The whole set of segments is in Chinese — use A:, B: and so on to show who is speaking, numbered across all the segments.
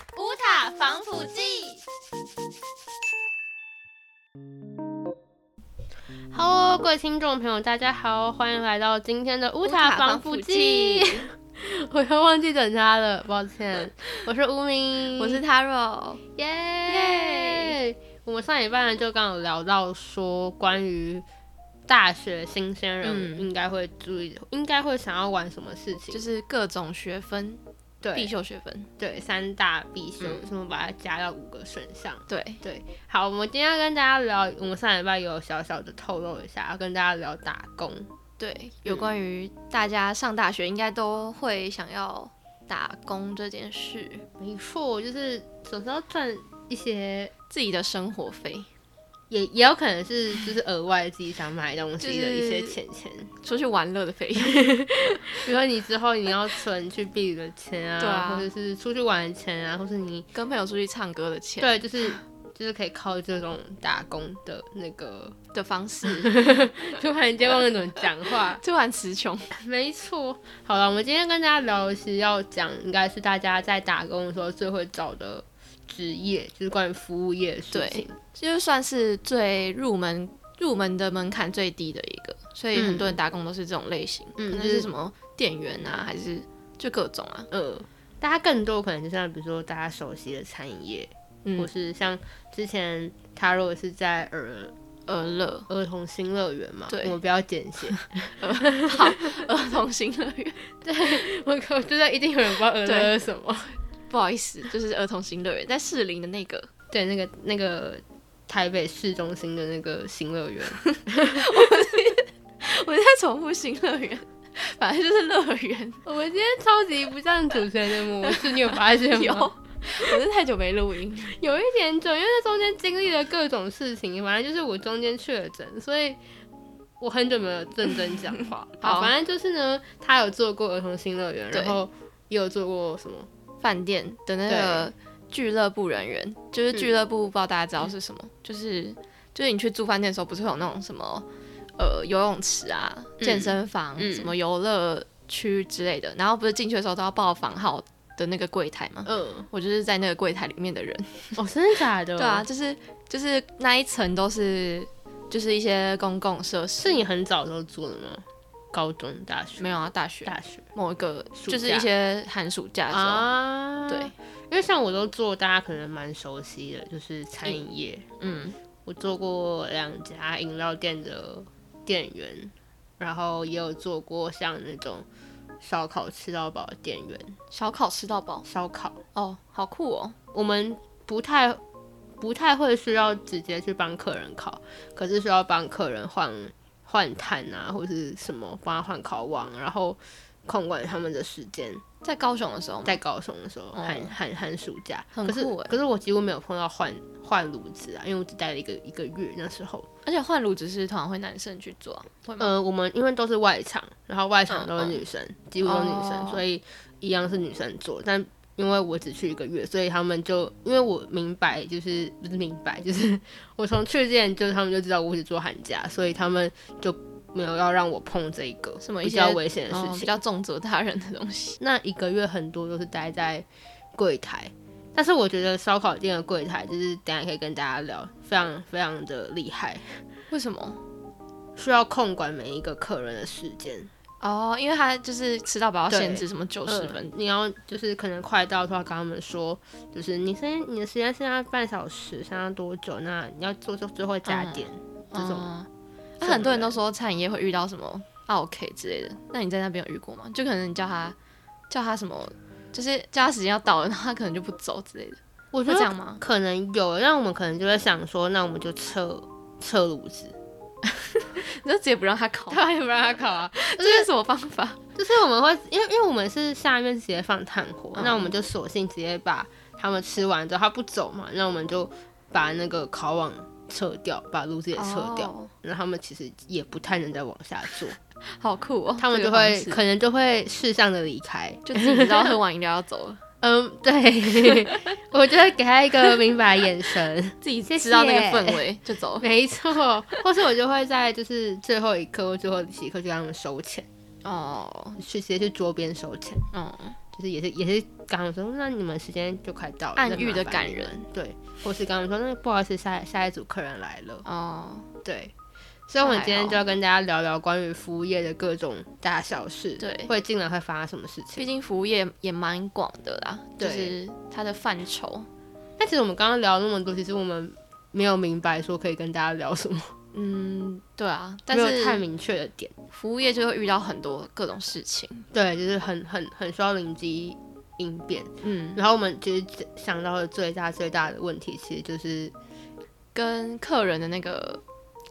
A: 法防腐剂。
B: Hello，各位听众朋友，大家好，欢迎来到今天的乌塔防腐剂。 我又忘记等他了，抱歉。我是乌明，
A: 我是 Taro，
B: 耶我们上礼拜呢就刚有聊到说关于大学新鲜人
A: 嗯
B: 应该会注意，应该会想要玩什么事情，
A: 就是各种学分，必
B: 对
A: 修学分，
B: 对三大必修，
A: 嗯
B: 什么把它加到五个选项。
A: 对，
B: 好，我们今天要跟大家聊，我们上礼拜有小小的透露一下，要跟大家聊打工。
A: 对，有关于大家上大学应该都会想要打工这件事，
B: 没错，就是总是要赚一些，
A: 自己的生活费，
B: 也也有可能是就是额外自己想买东西的一些
A: 就是
B: 钱钱。
A: 出去玩乐的费用，
B: 比如说你之后你要存去避旅的钱啊，
A: 对啊
B: 或者是出去玩的钱啊，或是你
A: 跟朋友出去唱歌的钱
B: 对，就是就是可以靠这种打工的那个，
A: 的方式，
B: 突然间忘了怎么讲话。
A: 突然词穷，
B: 没错，好了，我们今天跟大家聊的是要讲，应该是大家在打工的时候最会找的职业，就是关于服务业的事
A: 对
B: 情。
A: 就算是最入门入门的门槛最低的一个，所以很多人打工都是这种类型，
B: 嗯
A: 可能
B: 就是
A: 是什么店员啊，还是就各种啊，
B: 呃，大家更多可能就像比如说大家熟悉的餐饮业，或
A: 嗯，
B: 是像之前他如果是在儿
A: 儿呃乐、
B: 儿童新乐园嘛，
A: 对
B: 我们不要简 写，
A: 儿童新乐园，
B: 我靠，我知道一定有人不知道儿乐是什么，
A: 不好意思，就是儿童新乐园，在士林的那个，
B: 对，那个那个台北市中心的那个新乐园，
A: 我在重复新乐园，反正就是乐园。
B: 我们今天超级不像主持人的模式， 你有发现吗？
A: 有，我是太久没录音，
B: 有一点久，因为这中间经历了各种事情，反正就是我中间确诊，所以我很久没有认真讲 话。好，
A: 好
B: 反正就是呢，他有做过儿童新乐园，
A: 对
B: 然后也有做过什么，
A: 饭店的那个俱乐部人员，就是俱乐部，不知道大家知道是什
B: 嗯
A: 么，就是就是你去住饭店的时候，不是会有那种什么呃游泳池啊、
B: 嗯
A: 健身房、
B: 嗯
A: 什么游乐区之类的，然后不是进去的时候都要报房号的那个柜台吗？
B: 嗯，
A: 我就是在那个柜台里面的人。
B: 哦，真的假的？
A: 对啊，，就是就是那一层都是就是一些公共设施，
B: 是你很早的时候做的吗？高中、大学、
A: 没有啊？大学
B: 大学
A: 某一个
B: 暑
A: 就是
B: 假
A: 一些寒暑假的时候，
B: 啊
A: 对，
B: 因为像我都做，大家可能蛮熟悉的，就是餐饮业，
A: 嗯，
B: 我做过两家饮料店的店员，然后也有做过像那种烧烤吃到饱的店员，
A: 烧烤吃到饱
B: 烧烤
A: 哦，好酷哦，
B: 我们不太不太会需要直接去帮客人烤，可是需要帮客人换换炭啊，或是什么帮他换烤网，然后控管他们的时间。
A: 在高雄的时候吗，
B: 在高雄的时候，
A: 哦
B: 寒寒寒暑假，
A: 很
B: 可是
A: 酷欸
B: 可是我几乎没有碰到换换炉子啊，因为我只待了一个一个月那时候。
A: 而且换炉子是通常会男生去做啊，会吗？
B: 呃，我们因为都是外场，然后外场
A: 嗯
B: 都是
A: 嗯
B: 女生，几乎都是女生，
A: 哦
B: 所以一样是女生做。但因为我只去一个月，所以他们就因为我明白，就是不是明白，就是 我从去之前就他们就知道我只做寒假，所以他们就没有要让我碰这个
A: 什么一
B: 比
A: 些
B: 较危险的事
A: 哦
B: 情。
A: 比较重责大人的东西，
B: 那一个月很多都是待在柜台，但是我觉得烧烤店的柜台就是等一下可以跟大家聊，非常非常的厉害，
A: 为什么？
B: 需要控管每一个客人的时间。
A: 哦，因为他就是吃到饱要
B: 对
A: 限制什么九十
B: 嗯
A: 分，
B: 你要就是可能快到的话，跟他们说，就是你现在你的时间剩下半小时，剩下多久？那你要做就最后加点、这种。
A: 哦
B: 这
A: 那
B: 种
A: 很多人
B: 人
A: 都说餐饮业会遇到什么 OK 之类的，那你在那边有遇过吗？就可能你叫他叫他什么，就是叫他时间要到了，然后他可能就不走之类的，
B: 我觉
A: 会这
B: 得
A: 样吗？
B: 可能有，那我们可能就会想说，那我们就撤撤炉子，
A: 你就直接不让他考，
B: 他 也不 让他烤啊。
A: 这是什么方法？
B: 就是我们会，因为因为我们是下面直接放炭火，那我们就索性直接把他们吃完之后，他不走嘛，那我们就把那个烤网撤掉，把炉子也撤掉，
A: 哦
B: 然后他们其实也不太能再往下做。
A: 好酷哦！
B: 他们
A: 这
B: 就
A: 个方
B: 会
A: 式
B: 可能就会适当的离开。
A: 就自己知道喝完饮料要走 了，
B: 嗯， 对，我就会给他一个明白的眼神，
A: 自己
B: 谢
A: 知道那个
B: 谢
A: 氛围就走了。
B: 没错。或是我就会在就是最后一刻或最后几刻就让他们收钱，
A: 哦，
B: 去直接去桌边收钱。
A: 嗯，
B: 就是也是也是刚刚说，那你们时间就快到了，
A: 暗
B: 那
A: 喻
B: 麻
A: 的
B: 烦
A: 感
B: 你们
A: 人，
B: 对，或是刚刚说，那不好意思，下下一组客人来了，
A: 哦，
B: 对。所以，我们
A: 那还
B: 今天
A: 好
B: 就要跟大家聊聊关于服务业的各种大小事，
A: 对
B: 会进来会发生什么事情
A: 毕。竟服务业也蛮广的啦，就
B: 对
A: 是它的范畴，
B: 但其实我们刚刚聊了那么多，其实我们没有明白说可以跟大家聊什么，
A: 嗯，对啊，但
B: 没有太
A: 是
B: 明确的点。
A: 服务业就会遇到很多各种事情，
B: 对，就是很很很需要灵机应变。
A: 嗯，
B: 然后我们其实想到的最大最大的问题，其实就是
A: 跟客人的那个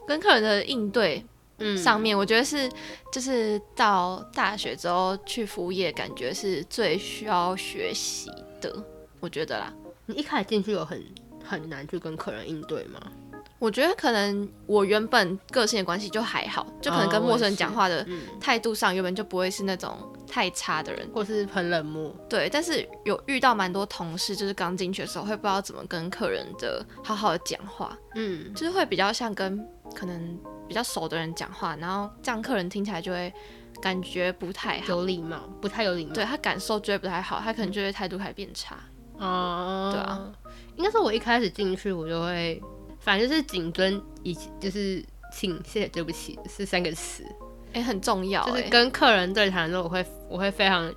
A: 跟客人的应对
B: 嗯
A: 上面，我觉得是就是到大学之后去服务业，感觉是最需要学习的，我觉得啦。
B: 你一开始进去有很很难去跟客人应对吗？
A: 我觉得可能我原本个性的关系就还好，就可能跟
B: 哦
A: 陌生
B: 我也
A: 人
B: 是
A: 讲话的
B: 嗯，
A: 态度上，原本就不会是那种太差的人。
B: 或是很冷漠，
A: 对，但是有遇到蛮多同事，就是刚进去的时候会不知道怎么跟客人的好好的讲话，
B: 嗯，
A: 就是会比较像跟可能比较熟的人讲话，然后这样客人听起来就会感觉不太好。
B: 有礼貌，不太有礼貌。
A: 对他感受就会不太好，他可能就会态度还变差。
B: 哦，
A: 对啊，
B: 应该是我一开始进去，我就会，反正就是谨遵以就是请谢谢对不起是三个词，
A: 哎、很重要
B: 就
A: 哎、
B: 是跟客人对谈的时候，我会我会非常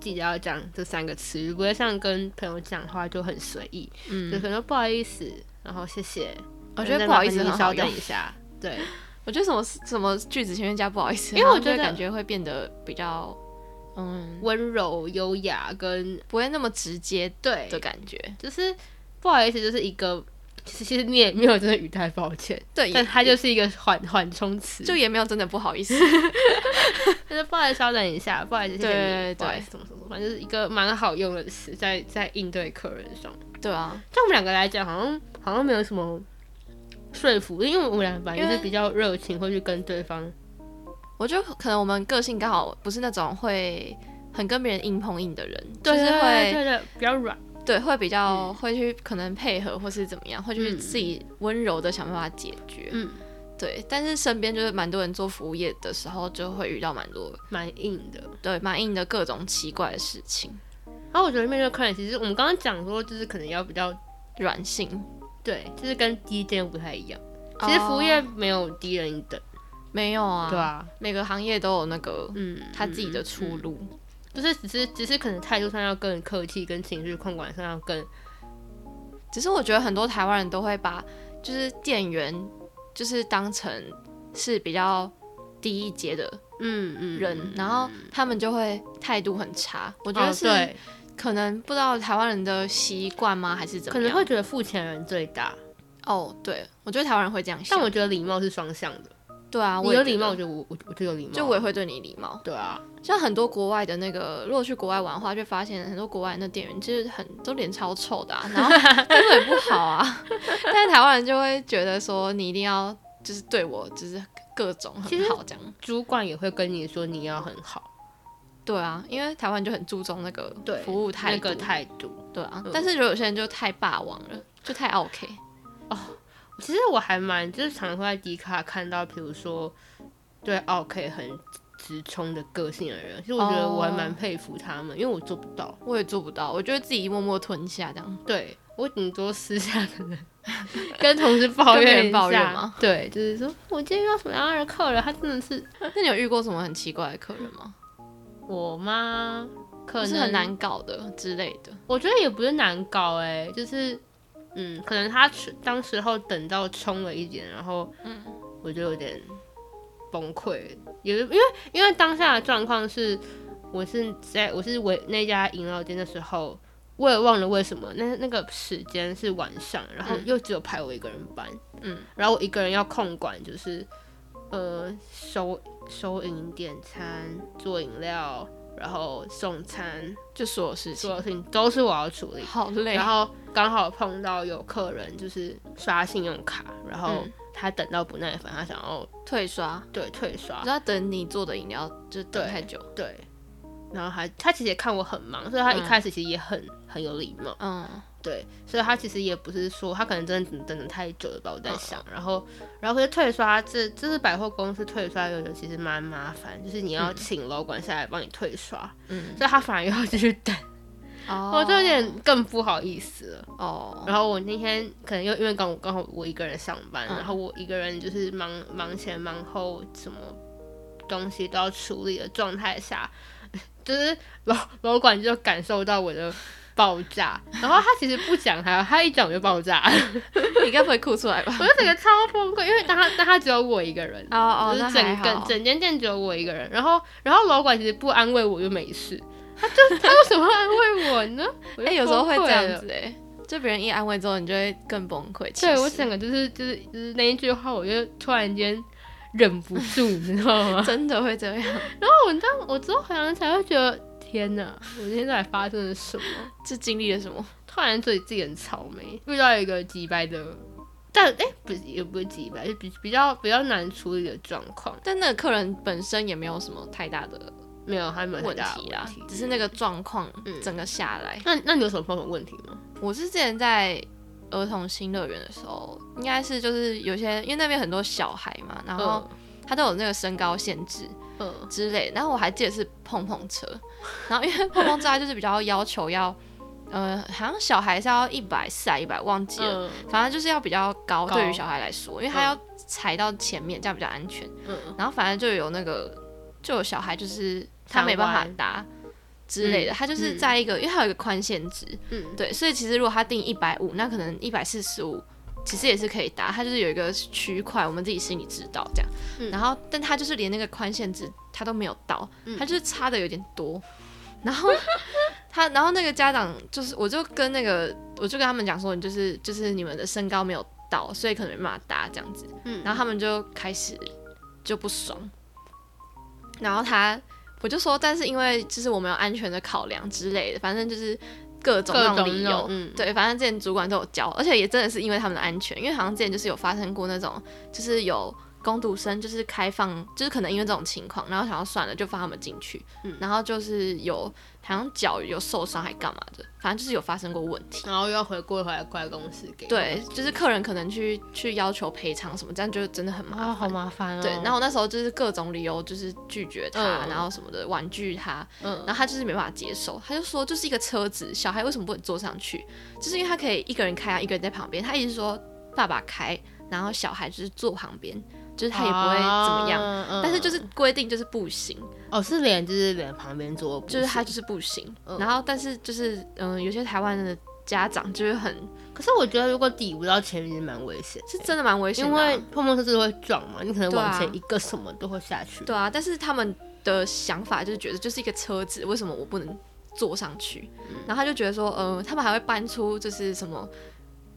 B: 记得要讲这三个词，不会像跟朋友讲话就很随意，就
A: 嗯，
B: 可能说不好意思，然后谢谢，
A: 我觉得
B: 再
A: 不好
B: 麻
A: 意
B: 烦
A: 思
B: 你
A: 很
B: 稍
A: 好
B: 等
A: 用
B: 一。下，对，
A: 我觉得什么什么句子前面加不好意思，
B: 因为
A: 然后
B: 我觉
A: 就会
B: 得
A: 感觉会变得比较，嗯，
B: 温柔优雅跟
A: 不会那么直接
B: 对
A: 的，感觉。
B: 就是不好意思，就是一个。其实 其实你也没有真的语态抱歉，
A: 对
B: 但它就是一个缓缓冲词，
A: 就也没有真的不好意 思。
B: 就是不好意思，稍等一下，不好意思，谢谢
A: 对
B: 你，不好意思，什么什么，反正就是一个蛮好用的词，在在应对客人上。
A: 对啊，
B: 就我们两个来讲，好像好像没有什么说服，因为我们俩本来就
A: 因
B: 是
A: 为
B: 比较热情，会去跟对方。
A: 我觉得可能我们个性刚好不是那种会很跟别人硬碰硬的人，
B: 对
A: 就是
B: 对
A: 会
B: 对对，比较软。
A: 对会比
B: 嗯
A: 较会去可能配合或是怎么样，会去自己温柔的想办法解决。
B: 嗯，
A: 对，但是身边就是蛮多人做服务业的时候，就会遇到蛮多
B: 蛮硬的。
A: 对蛮硬的各种奇怪的事情，
B: 然后我觉得面对客人，其实我们刚刚讲说，就是可能要比较
A: 软性。
B: 对，就是跟第一间不太一样。其实服务业
A: 哦
B: 没有低人一等，
A: 没有啊，
B: 对，啊，
A: 每个行业都有那个
B: 嗯，
A: 他自己的
B: 嗯
A: 出路。
B: 就是只是只是可能态度上要更客气，跟情绪控管上要更
A: 只是我觉得很多台湾人都会把就是店员就是当成是比较低一阶的
B: 嗯嗯
A: 人，然后他们就会态度很差。我
B: 我
A: 觉得是
B: 对，
A: 可能不知道台湾人的习惯吗，还是怎
B: 可
A: 么
B: 能
A: 样？
B: 会觉得付钱的人最大，
A: 哦，对，我觉得台湾人会这样想。
B: 但我觉得礼貌是双向的。
A: 对啊，
B: 你
A: 我也
B: 有
A: 觉
B: 礼貌，
A: 得
B: 我，觉得我我我就有礼貌啊，
A: 就我也会对你礼貌。
B: 对啊，
A: 像很多国外的那个，如果去国外玩的话，就发现很多国外那店员就是很都脸超臭的、 啊，然后态度也不好啊。但是台湾人就会觉得说，你一定要就是对我就是各种
B: 其
A: 很
B: 实
A: 好这样。
B: 主管也会跟你说你要很好，
A: 对啊，因为台湾就很注重那个
B: 对
A: 服务态
B: 那
A: 度，
B: 个态度。
A: 对啊。
B: 嗯
A: 但是如果有些人就太霸王了，就太 OK。
B: 其实我还蛮就是常常会在迪卡看到，比如说对 OK 很直冲的个性的人，其实我觉得我还蛮佩服他
A: 哦
B: 们，因为我做不到。
A: 我也做不到，我就会自己默默吞下这样。
B: 对我顶多私下可能 跟同事抱
A: 跟别
B: 怨
A: 人
B: 一
A: 抱怨
B: 下
A: 吗
B: 对，就是说我今天遇到什么样的客人，他真的是
A: 那你有遇过什么很奇怪的客人吗？
B: 我吗？可
A: 或
B: 能
A: 是很难搞的之类的。
B: 我觉得也不是难搞哎、就是嗯，可能他吃当时候等到冲了一点，然后嗯，我就有点崩溃，也是因为因为当下的状况是，我是在我是为那家饮料店的时候。我也忘了为什么，那那个时间是晚上，然后又只有排我一个人班，
A: 嗯，
B: 然后我一个人要控管，就是呃收收银、点餐、做饮料，然后送餐，
A: 就所有事
B: 所
A: 情
B: 有事情都是我要处理。
A: 好累
B: 然，后刚好碰到有客人就是刷信用卡，然后
A: 嗯
B: 他等到不耐烦，他想要
A: 退刷。
B: 对退刷
A: 你知，道等你做的饮料就等
B: 啊对
A: 太久，
B: 对。然后他他其实也看我很忙，所以他一
A: 嗯
B: 开始其实也很、很有礼貌，
A: 嗯，
B: 对，所以他其实也不是说他可能真的等等太久了吧，我在想。
A: 嗯
B: 然后，然后可是退刷这这是百货公司退刷有的其实蛮麻烦，就是你要请楼管下来帮你退刷，
A: 嗯，
B: 所以他反而又要继续等，
A: 哦
B: 我就有点更不好意思了。
A: 哦，
B: 然后我那天可能又因为刚刚好我一个人上班，
A: 嗯
B: 然后我一个人就是忙忙前忙后，什么东西都要处理的状态下，就是楼楼管就感受到我的爆炸。然后他其实不讲，还他一讲我就爆炸，
A: 你该不会哭出来吧
B: 我？就整个超崩溃，因为当他当他只有我一个人。
A: 哦哦，
B: 就
A: 那
B: 是
A: 还
B: 整个
A: 好。
B: 整间店只有我一个人，然后然后楼管其实不安慰我就没事，他就他为什么要安慰我呢？我
A: 哎、
B: 就
A: 有时候会
B: 崩
A: 这
B: 溃了
A: 样子哎、就别人一安慰之后，你就会更崩溃。其
B: 对
A: 实
B: 我整个就是就是就是那一句话，我就突然间忍不住， 你知道吗？
A: 真的会这样，
B: 然后我当我之后回想起来，会觉得天哪，我今天到底发生了什么？
A: 是经历了什么？
B: 突然觉得自己很草莓，遇到一个几百的，但哎、不是也不是几百，就比比较比较难处理的状况。
A: 但那个客人本身也没有什么太大的
B: 没有，还没有太
A: 问
B: 大的
A: 题啦，
B: 问
A: 只
B: 题
A: 是那个状况
B: 嗯
A: 整个下来。
B: 那那你有什么方法问题吗？
A: 我是之前在儿童新乐园的时候，应该是就是有些因为那边很多小孩嘛，然后他都有那个身高限制
B: 嗯嗯
A: 之类，然后我还记得是碰碰车，然后因为碰碰车它就是比较要求要，呃，好像小孩是要一百四还一百，忘记了。
B: 嗯
A: 反正就是要比较高，
B: 高
A: 对于小孩来说，因为他要踩到前面，这样比较安全。
B: 嗯，
A: 然后反正就有那个，就有小孩就是他没办
B: 想
A: 法
B: 歪
A: 搭之类的，他就是在一个，因为他有一个宽限值，
B: 嗯
A: 对，所以其实如果他定一百五，那可能一百四十五。其实也是可以搭，他就是有一个区块，我们自己心里知道这样。
B: 嗯
A: 然后，但他就是连那个宽限值他都没有到，
B: 嗯
A: 他就是差的有点多。然后他，然后那个家长就是，我就跟那个，我就跟他们讲说，你就是就是你们的身高没有到，所以可能没办法搭这样子。
B: 嗯
A: 然后他们就开始就不爽，然后他我就说，但是因为就是我们有安全的考量之类的，反正就是各种那
B: 各
A: 种
B: 种
A: 理
B: 那
A: 由
B: 种。嗯
A: 对，反正之前主管都有教，而且也真的是因为他们的安全，因为好像之前就是有发生过那种，就是有工读生就是开放，就是可能因为这种情况，然后想要算了就放他们进去，
B: 嗯
A: 然后就是有好像脚有受伤还干嘛的，反正就是有发生过问题。
B: 然后又要回过头来怪公司给
A: 对，就是客人可能去去要求赔偿什么，这样就真的很麻烦。
B: 啊，好麻烦哦。
A: 对，然后我那时候就是各种理由就是拒绝他，
B: 嗯
A: 然后什么的婉拒他，
B: 嗯
A: 然后他就是没办法接受，他就说就是一个车子，小孩为什么不能坐上去？就是因为他可以一个人开啊，一个人在旁边，他一直说爸爸开，然后小孩就是坐旁边，就是他也不会怎么样。
B: 啊嗯
A: 但是就是规定就是不行，
B: 哦，是脸就是脸旁边坐，不
A: 就是他就是不行。
B: 嗯
A: 然后但是就是嗯、有些台湾的家长就是很
B: 可是我觉得如果抵不到前面，蛮危险的，
A: 是真的蛮危险的
B: 因
A: 啊、
B: 为碰碰车是会撞嘛，你可能
A: 对啊
B: 往前一个什么都会下去。
A: 对啊，但是他们的想法就是觉得就是一个车子，为什么我不能坐上去？然后他就觉得说，呃，他们还会搬出就是什么，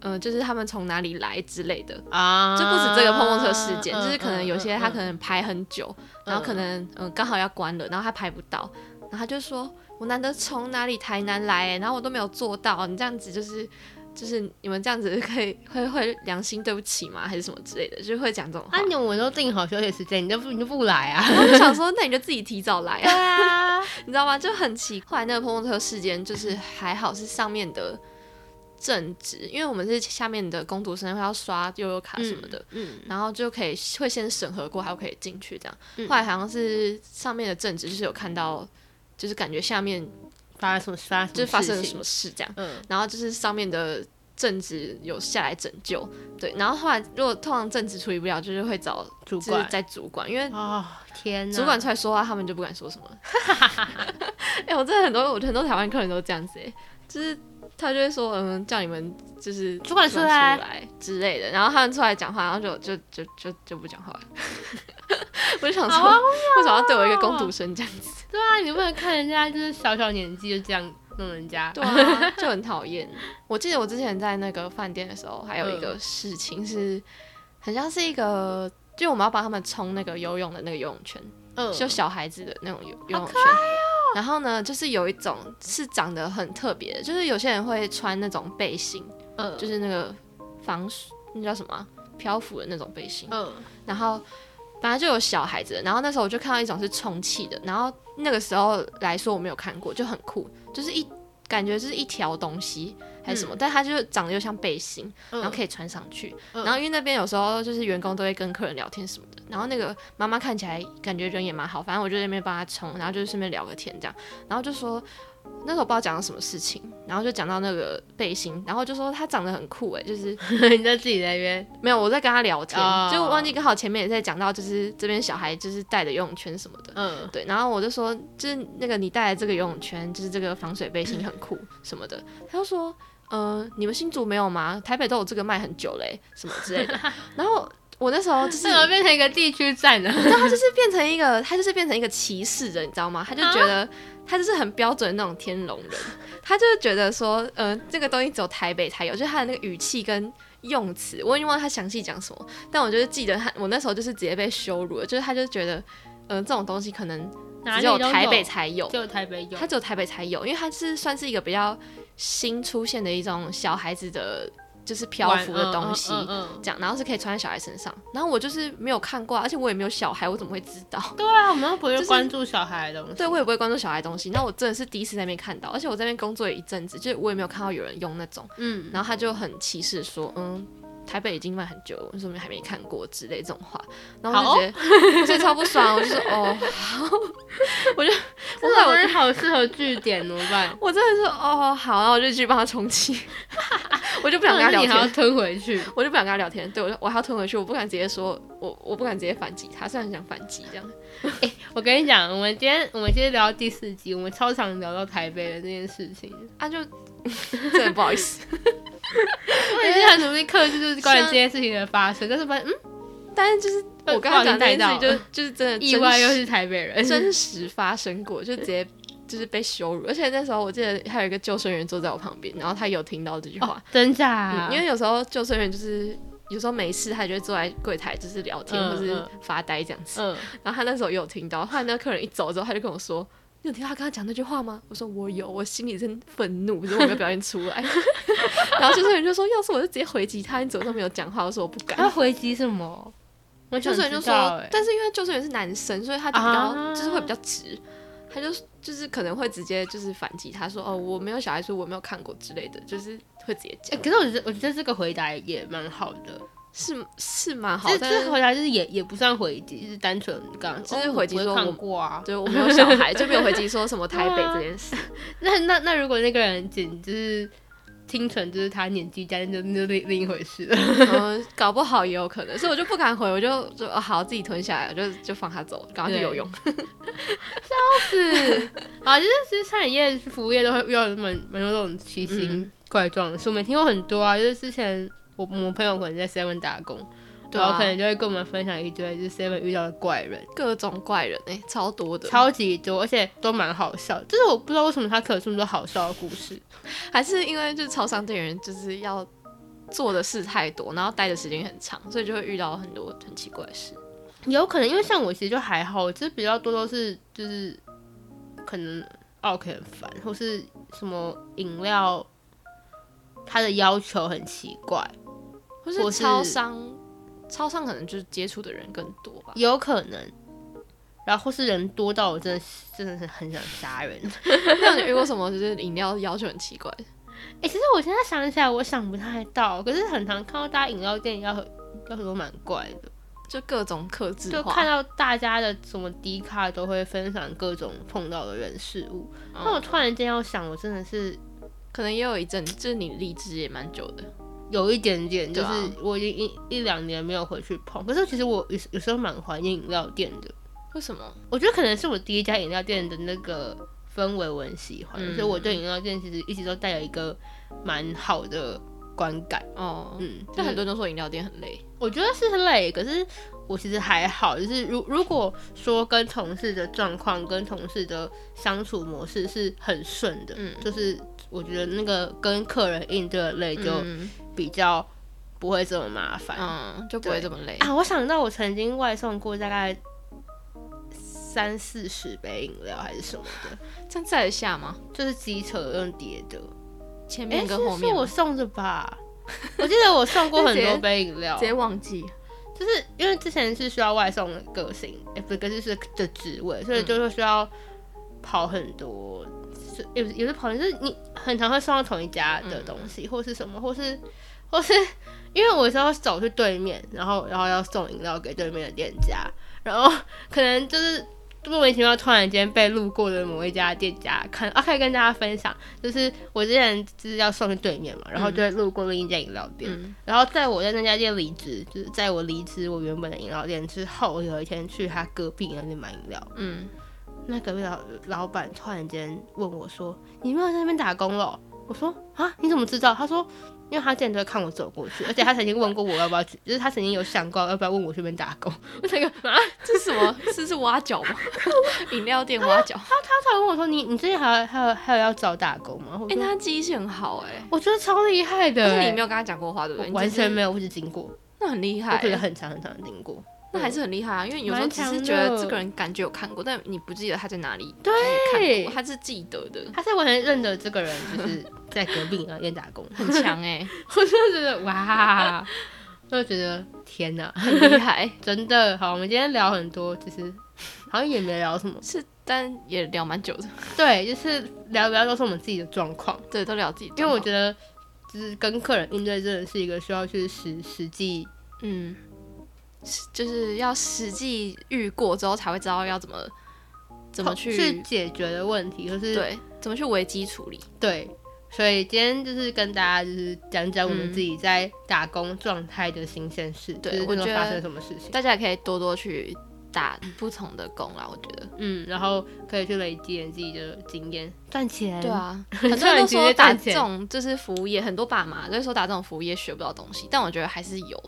A: 呃，就是他们从哪里来之类的。
B: 啊，
A: 就不止这个碰碰车事件，就是可能有些他可
B: 能
A: 能排很久，然后可能嗯刚、好要关了，然后他排不到，然后他就说：“我难得从哪里台南来、然后我都没有做到，你这样子就是就是你们这样子可以会会良心对不起吗？还是什么之类的，就是会讲这种话。
B: 啊， 你们都定好休息时间，你就不你就不来啊？
A: 然后我就想说，那你就自己提早来啊。”
B: 啊，
A: 你知道吗？就很奇怪，那个碰碰车事件就是还好是上面的正职，因为我们是下面的工读生要刷悠悠卡什么的，
B: 嗯，
A: 然后就可以会先审核过，还可以进去这样。
B: 嗯
A: 后来好像是上面的正职就是有看到，就是感觉下面
B: 发生什么发生
A: 就是发生了什
B: 么
A: 么事这样，
B: 事情？嗯
A: 然后就是上面的。正职有下来拯救，对，然后后来如果通常正职处理不了，就是会找
B: 嗯，主
A: 就是
B: 管
A: 在主管，因为
B: 哦，天哪，
A: 主管出来说话，他们就不敢说什么。 哎、我真的很多，我很多台湾客人都这样子、欸，就是他就会说，嗯，叫你们就是
B: 主管出
A: 出
B: 来
A: 之类的，然后他们出来讲话，然后就就就就就不讲话了。 我就想
B: 好
A: 说，
B: 荒
A: 为什么要对我一个工读生这样子？
B: 对啊，你不能看人家就是小小年纪就这样弄人家，
A: 对啊，就很讨厌。我记得我之前在那个饭店的时候，还有一个事情是，很像是一个，就我们要帮他们冲那个游泳的那个游泳圈，
B: 嗯，
A: 就小孩子的那种游游泳圈。
B: 哦
A: 然后呢，就是有一种是长得很特别的，就是有些人会穿那种背心，
B: 嗯
A: 就是那个防水那叫什么啊漂浮的那种背心。
B: 嗯
A: 然后本来就有小孩子的，然后那时候我就看到一种是充气的，然后那个时候来说我没有看过，就很酷，就是一感觉就是一条东西，还还
B: 嗯
A: 是什么，但它就是长得又像背心，然后可以穿上去。然后因为那边有时候就是员工都会跟客人聊天什么的，然后那个妈妈看起来感觉人也蛮好，反正我就在那边帮她冲，然后就顺便聊个天这样，然后就说。那时候不知道讲到什么事情，然后就讲到那个背心，然后就说她长得很酷诶，就是
B: 你在自己在那边，
A: 没有我在跟她聊天
B: 哦
A: 就忘记刚好前面也在讲到，就是这边小孩就是戴的游泳圈什么的，
B: 嗯，
A: 对，然后我就说，就是那个你带的这个游泳圈，就是这个防水背心很酷什么的。他就说，呃，你们新竹没有吗？台北都有这个卖很久嘞、什么之类的。然后我那时候就是
B: 这，怎么变成一个地区战呢？
A: 然后他就是变成一个，他就是变成一个歧视的，你知道吗？他就觉得。他就是很标准的那种天龙人，他就是觉得说，呃，这个东西只有台北才有，就是他的那个语气跟用词，我已经忘了他详细讲什么，但我就是记得他，我那时候就是直接被羞辱了，就是他就觉得，呃，这种东西可能
B: 哪
A: 只
B: 里都
A: 有台北，才有
B: 只，有台北有
A: 它。只有台北才有，因为它是算是一个比较新出现的一种小孩子的，就是漂浮的东西。
B: 嗯嗯嗯
A: 这样，然后是可以穿在小孩身上。然后我就是没有看过啊，而且我也没有小孩，我怎么会知道？
B: 对啊，我们又不
A: 就是是
B: 关注小孩的东西。
A: 对我也不会关注小孩的东西。那我真的是第一次在那边看到，而且我在那边工作也一阵子，就是我也没有看到有人用那种。
B: 嗯，
A: 然后他就很歧视说，嗯，台北已经卖很久了，为什么还没看过之类这种话，然后
B: 哦
A: 我就觉得，我 觉得超不爽，我就说哦，好， 我就我
B: 我
A: 后来我
B: 感觉好适合据点，怎么办？
A: 我真的是哦好，然后我就去帮他充 气，我就 不
B: 不
A: 想跟他聊
B: 你还要
A: 天，
B: 吞回去。
A: 我就不想跟他聊天，对我就我还要吞回去，我不敢直接说，我我不敢直接反击他，虽然很想反击这样，
B: 我跟你讲，我们今天我们今天聊到第四集，我们超常聊到台北的这件事情。
A: 啊 就真的不好意思，
B: 我已经很努力克制，就是关于这件事情的发生，但是发现嗯，
A: 但是就是
B: 被
A: 我刚刚讲的那件事情
B: 不小心带到
A: 就
B: 了
A: 就是真的
B: 意
A: 真
B: 外
A: 实
B: 又是台北人，
A: 真实发生过，就直接。就是被羞辱，而且那时候我记得还有一个救生员坐在我旁边，然后他有听到这句话，
B: 哦真假啊？
A: 嗯，因为有时候救生员就是有时候没事，他就会坐在柜台就是聊天、
B: 嗯
A: 或是
B: 嗯
A: 发呆这样子。
B: 嗯，
A: 然后他那时候也有听到，后来那个客人一走之后，他就跟我说：“你有听到他刚刚讲那句话吗？”我说：“我有。”我心里真愤怒，就是我没有表现出来。 然后救生员就说：“要是我就直接回击他，你怎么都没有讲话？”我说：“我不敢。
B: 他回击什么？我
A: 救
B: 想
A: 生员就
B: 啊知
A: 说：“
B: 道哎，
A: 但是因为救生员是男生，所以他就比较、
B: 啊
A: 就是会比较直，他就就是可能会直接就是反击他说：‘哦，我没有小孩，所以我没有看过之类的，就是会直接
B: 欸
A: 讲。
B: 可是我觉得我觉得这个回答也蛮好的，
A: 是是蛮好
B: 这，
A: 但
B: 这
A: 是
B: 个回答就是也也不算回击，就是单纯刚刚
A: 就是
B: 哦
A: 回击
B: 我
A: 说
B: 看
A: 我
B: 过啊。
A: 对，我没有小孩，就没有回击说什么台北
B: 对啊
A: 这件事。
B: 那那那如果那个人仅就是听成就是他年纪大，那就那就另另一回 事了。
A: 嗯，搞不好也有可能，所以我就不敢回，我就就、哦好自己吞下来，我就就放他走，赶快去
B: 对
A: 游泳。
B: 是啊，就是其实餐饮业、服务业都会遇到蛮蛮多这种奇形
A: 嗯
B: 怪状的事，我们听过很多啊。就是之前我我们朋友可能在 Seven 打工，
A: 对
B: 然
A: 啊
B: 后可能就会跟我们分享一堆就是 Seven 遇到的怪人，
A: 各种怪人哎、超多的，
B: 超级多，而且都蛮好笑。就是我不知道为什么他可以有这么多好笑的故事。
A: 还是因为就是超商店员就是要做的事太多，然后待的时间很长，所以就会遇到很多很奇怪的事。
B: 有可能因为像我其实就还好，我就是比较多都是就是可能哦 OK 很烦，或是什么饮料它的要求很奇怪，
A: 或
B: 或
A: 是
B: 是
A: 超商，超商可能就是接触的人更多 吧。
B: 有可能。然后或是人多到我真的是真的是很想杀人。哎、
A: 那你遇过什么就是饮料要求很奇怪？
B: 其实我现在想起来，我想不太到，可是很常看到大家饮料店要要求都蛮怪的，
A: 就各种克制
B: 就
A: 化，
B: 看到大家的什么迪卡都会分享各种碰到的人事物。那、我
A: 嗯
B: 突然间要想，我真的是
A: 可能也有一阵，就是你离职也蛮久的。
B: 有一点点，就
A: 对
B: 是
A: 啊
B: 我已经一一两年没有回去碰。可是其实我有有时候蛮怀念饮料店的，
A: 为什么？
B: 我觉得可能是我第一家饮料店的那个氛围我很喜欢，
A: 嗯
B: 所以我对饮料店其实一直都带有一个蛮好的观感。
A: 哦，
B: 嗯，就
A: 但
B: 是
A: 很多人都说饮料店很累。
B: 我觉得是很累，可是我其实还好，就是如如果说跟同事的状况、跟同事的相处模式是很顺的，
A: 嗯
B: 就是我觉得那个跟客人应对的累就
A: 嗯
B: 比较不会这么麻烦。
A: 嗯，就不会
B: 对
A: 这么累。
B: 啊，我想到我曾经外送过大概三四十杯饮料还是什么的，
A: 这样载得下吗？就是
B: 机车用叠的。
A: 前
B: 哎、
A: 面
B: 是
A: 跟后
B: 是
A: 面吗，
B: 我送的吧？我记得我送过很多杯饮料
A: 直，接忘记。
B: 就是因为之前是需要外送的个性，哎、不是个性是的职位，所以就会需要跑很多，就也不是也不是跑，就是你很常会送到同一家的东西，或是什么，或是或是因为我是要走去对面，然后然后要送饮料给对面的店家，然后可能就是莫名其妙突然间被路过的某一家店家看啊，可以跟大家分享，就是我之前就是要送去对面嘛，然后就会路过另一家饮料店，
A: 嗯
B: 然后在我在那家店离职，就是在我离职我原本的饮料店之后，我有一天去他隔壁饮料店买饮料，
A: 嗯，
B: 那隔壁老老板突然间问我说：“你没有在那边打工了哦？”我说：“啊，你怎么知道？”他说：“因为他之前都会看我走过去，而且他曾经问过我要不要去，就是他曾经有想过要不要问我去那边打工。” 我那个啊，
A: 这是什么？这是挖角 吗？饮料店挖角？
B: 他突然问我说：“你你最近还有还有还有要找打工吗？”我
A: 哎、
B: 说：“
A: 他记忆性很好哎、
B: 我觉得超厉害的、
A: 但是你
B: 欸。”
A: 没有跟他讲过话，对不对？
B: 我
A: 你
B: 完
A: 只是
B: 全没有，我只经过，
A: 那很厉害
B: 我觉得
A: 欸，
B: 很长很长的经过。
A: 那还是很厉害啊。因为有时候
B: 蛮
A: 只是
B: 强
A: 觉得
B: 的
A: 这个人感觉有看过，但你不记得他在哪里看
B: 对
A: 过，，他是记得的，
B: 他是完全认得这个人，就是在隔壁那边打工，
A: 很强哎、
B: 我就觉得哇， 就觉得天哪，
A: 很厉害。。
B: 真的好，我们今天聊很多，就是 好像也没聊什么
A: 是，但也聊蛮久的，
B: 对，就是聊比较都是我们自己的状况，
A: 对，都聊自己状况。
B: 因为我觉
A: 得，
B: 得就是跟客人应对真的是一个需要去实实际。
A: 嗯，是就是要实际遇过之后才会知道要怎么怎么去
B: 去解决的问题？就是
A: 对，怎么去危机处理。
B: 对所以今天就是跟大家就是讲讲我们
A: 嗯
B: 自己在打工状态的新鲜事，
A: 对
B: 就是
A: 我
B: 那时
A: 觉
B: 候
A: 得
B: 发生什么事情。
A: 大家也可以多多去打不同的工啦，我觉得。
B: 嗯，然后可以去累积你自己的经验，赚钱。
A: 对， 啊，很多
B: 赚
A: 人都
B: 了直
A: 说
B: 接
A: 打
B: 赚
A: 这
B: 钱
A: 种就是服务业，很多爸妈都会说打这种服务业学不到东西，但我觉得还是有。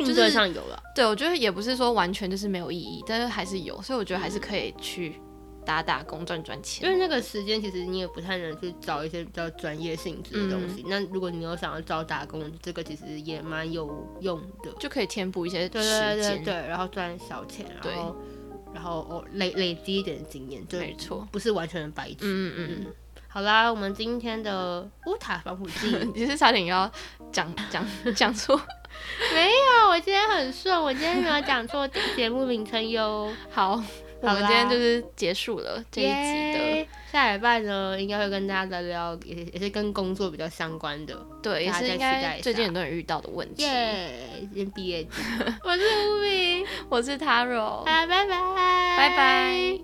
B: 应
A: 是
B: 对上有了。
A: 对，我觉得也不是说完全就是没有意义，但是还是有，所以我觉得还是可以去打打工赚赚
B: 因
A: 钱。
B: 为那个时间其实你也不太能去找一些比较专业性质的
A: 嗯
B: 东西。那如果你有想要找打工，这个其实也蛮有用的。
A: 就可以填补一些时
B: 对对对对
A: 间，
B: 对，然后赚小钱，
A: 对
B: 然后然后哦累累积一点经验，就
A: 没错。
B: 不是完全的白痴。
A: 嗯嗯嗯
B: 好啦，我们今天的乌塔防 腐剂
A: 你是差点要讲讲讲错。
B: 没有，我今天很顺，我今天没有讲错节目名称哟。
A: 好，我
B: 好
A: 们今天
B: 啦
A: 就是结束了 这一集
B: 耶下礼拜呢，应该会跟大家聊聊，也也是跟工作比较相关的。
A: 的，对，也
B: 大
A: 是
B: 家再
A: 应
B: 期待
A: 该
B: 一
A: 最近
B: 下
A: 很多人遇到的问题。
B: 耶，已经毕业季，我是吴敏，
A: 我是 Taro，
B: 好，拜拜，
A: 拜拜。